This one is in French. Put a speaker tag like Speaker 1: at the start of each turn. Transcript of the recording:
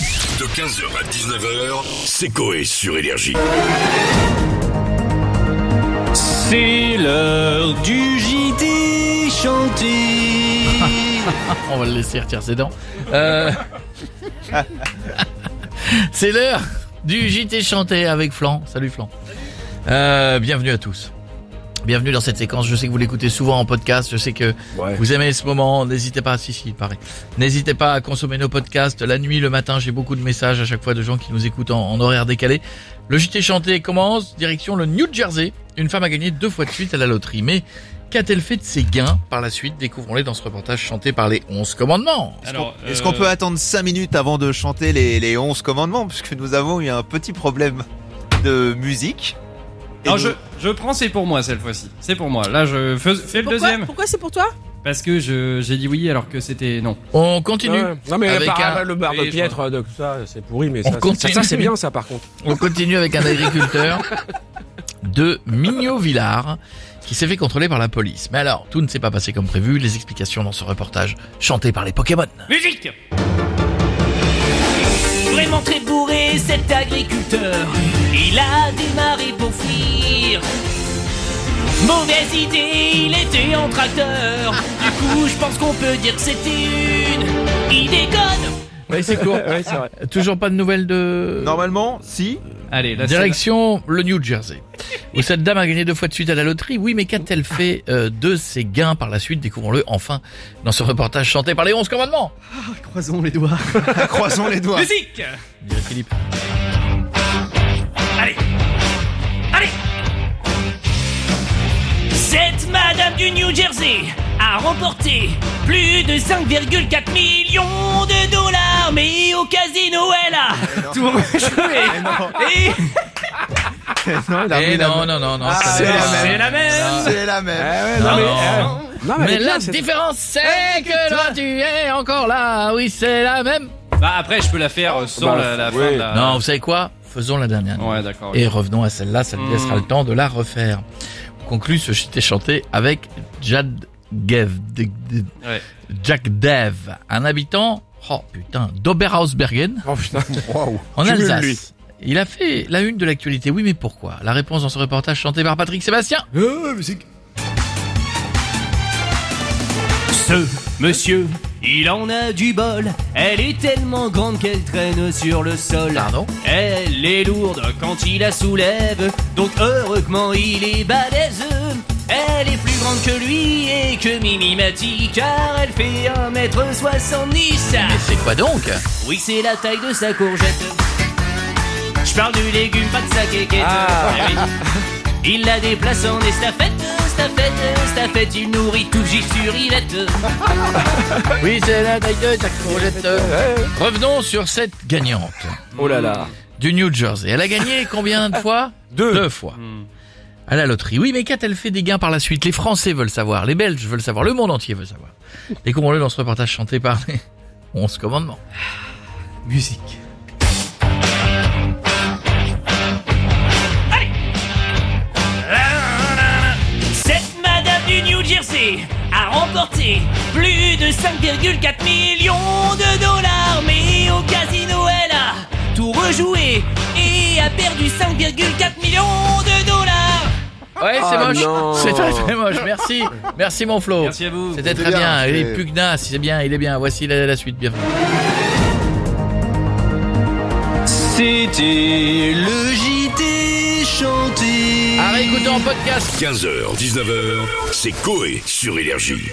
Speaker 1: De 15h à 19h, c'est Coé sur Énergie.
Speaker 2: C'est l'heure du JT chanté.
Speaker 3: On va le laisser retirer ses dents. Euh, C'est l'heure du JT chanté avec Flan. Salut Flan. Euh, bienvenue à tous. Bienvenue dans cette séquence. Je sais que vous l'écoutez souvent en podcast. Je sais que vous aimez ce moment. N'hésitez pas, si, si, il paraît. N'hésitez pas à consommer nos podcasts la nuit, le matin. J'ai beaucoup de messages à chaque fois de gens qui nous écoutent en, en horaire décalé. Le JT chanté commence. Direction le New Jersey. Une femme a gagné deux fois de suite à la loterie. Mais qu'a-t-elle fait de ses gains par la suite Découvrons-les dans ce reportage chanté par les 11 commandements.
Speaker 4: Alors,
Speaker 5: Est-ce
Speaker 4: euh,
Speaker 5: qu'on peut attendre 5 minutes avant de chanter les, les 11 commandements Puisque nous avons eu un petit problème de musique. Et
Speaker 4: Non,
Speaker 5: nous-
Speaker 4: je, je prends, c'est pour moi cette fois-ci. C'est pour moi. Là, je fais, fais le
Speaker 6: Pourquoi,
Speaker 4: deuxième.
Speaker 6: pourquoi c'est pour toi
Speaker 4: Parce que je- j'ai dit oui alors que c'était non.
Speaker 3: On continue.
Speaker 7: Ah Ouais. Non mais
Speaker 3: Avec
Speaker 7: par-
Speaker 3: un-
Speaker 7: le bar
Speaker 4: Oui,
Speaker 7: de
Speaker 4: je
Speaker 7: piètre, de, ça c'est pourri, mais
Speaker 3: On
Speaker 7: ça,
Speaker 3: continue.
Speaker 7: ça, ça, c'est bien ça par contre.
Speaker 3: On continue avec un agriculteur de Mignot-Villard qui s'est fait contrôler par la police. Mais alors, tout ne s'est pas passé comme prévu. Les explications dans ce reportage chanté par les Pokémon.
Speaker 8: Musique Vraiment très bourré cet agriculteur Il a démarré pour fuir Mauvaise idée, il était en tracteur Du coup je pense qu'on peut dire que c'était une Il déconne
Speaker 3: Oui, c'est court.
Speaker 7: Ouais, c'est vrai.
Speaker 3: Toujours pas de nouvelles de...
Speaker 5: Normalement, si.
Speaker 4: Allez, la
Speaker 3: Direction le New Jersey. Où cette dame a gagné deux fois de suite à la loterie. Oui, mais qu'a-t-elle fait euh, de ses gains par la suite Découvrons-le enfin dans ce reportage chanté par les 11 commandements.
Speaker 4: Croisons les doigts.
Speaker 5: Croisons les doigts.
Speaker 8: Musique
Speaker 3: Philippe.
Speaker 8: Allez Allez Cette madame du New Jersey a remporté plus de 5,4 millions de dollars, mais au casino, elle a tout rejoué. Et
Speaker 3: Eh non, non, non, non. ça
Speaker 5: c'est
Speaker 3: n'est
Speaker 5: la
Speaker 3: pas-
Speaker 5: même.
Speaker 8: c'est la même.
Speaker 5: C'est la même.
Speaker 7: Eh ouais, non,
Speaker 3: Non,
Speaker 7: mais,
Speaker 3: non.
Speaker 7: eh, non, mais,
Speaker 3: Mais
Speaker 7: elle est
Speaker 3: la
Speaker 7: bien, cette-
Speaker 3: différence, c'est que toi, tu es encore là. Oui, c'est la même.
Speaker 4: Bah après, je peux la faire euh, sans
Speaker 7: Bah,
Speaker 4: la, la
Speaker 7: oui.
Speaker 4: fin de la-
Speaker 3: Non, vous savez quoi Faisons la dernière.
Speaker 4: Ouais, d'accord.
Speaker 3: Et revenons à celle-là, ça nous laissera
Speaker 4: Mm.
Speaker 3: le temps de la refaire. On conclut ce chité chanté avec Jad Gev, de- de-
Speaker 4: Ouais.
Speaker 3: Jack Dev, un habitant, oh putain, d'Oberhausbergen,
Speaker 7: Oh putain.
Speaker 3: en
Speaker 7: Cumule,
Speaker 3: Alsace.
Speaker 7: lui.
Speaker 3: Il a fait la une de l'actualité, oui mais pourquoi La réponse dans ce reportage chanté par Patrick Sébastien.
Speaker 8: Ce monsieur, il en a du bol. Elle est tellement grande qu'elle traîne sur le sol.
Speaker 3: Pardon
Speaker 8: Elle est lourde quand il la soulève, donc heureusement il est balèze. Elle est plus grande que lui et que Mimimati, car elle fait 1m70.
Speaker 3: Mais c'est quoi donc
Speaker 8: Oui, c'est la taille de sa courgette. Je parle du légume, pas de sa quéquette. Eh oui. Il la déplace en estafette, estafette, estafette. Il nourrit tout gisurillette.
Speaker 3: Oui c'est la taille de ta courgette.
Speaker 7: Eh,
Speaker 3: Revenons sur cette gagnante.
Speaker 7: Oh là là.
Speaker 3: du New Jersey. Elle a gagné combien de fois
Speaker 7: Deux.
Speaker 3: fois. À la loterie. Oui, mais qu'a-t-elle fait des gains par la suite Les Français veulent savoir, les Belges veulent savoir, le monde entier veut savoir. Et comment le dans ce reportage chanté par les 11 commandements
Speaker 4: musique.
Speaker 8: Cette madame du New Jersey a remporté plus de 5,4 millions de dollars. Mais au casino, elle a tout rejoué et a perdu 5,4 millions de dollars.
Speaker 3: Ouais, c'est
Speaker 7: Ah
Speaker 3: moche.
Speaker 7: non.
Speaker 3: C'est très très moche. Merci. Merci mon Flo.
Speaker 4: Merci à vous.
Speaker 3: C'était très
Speaker 5: bien,
Speaker 3: bien. Il est
Speaker 5: c'est-
Speaker 3: pugnace. C'est bien, il est bien. Voici la, la suite. Bienvenue.
Speaker 2: C'était le JT chanté.
Speaker 4: Ah,
Speaker 3: À réécouter en podcast.
Speaker 1: 15h, 19h, c'est Coé sur Énergie.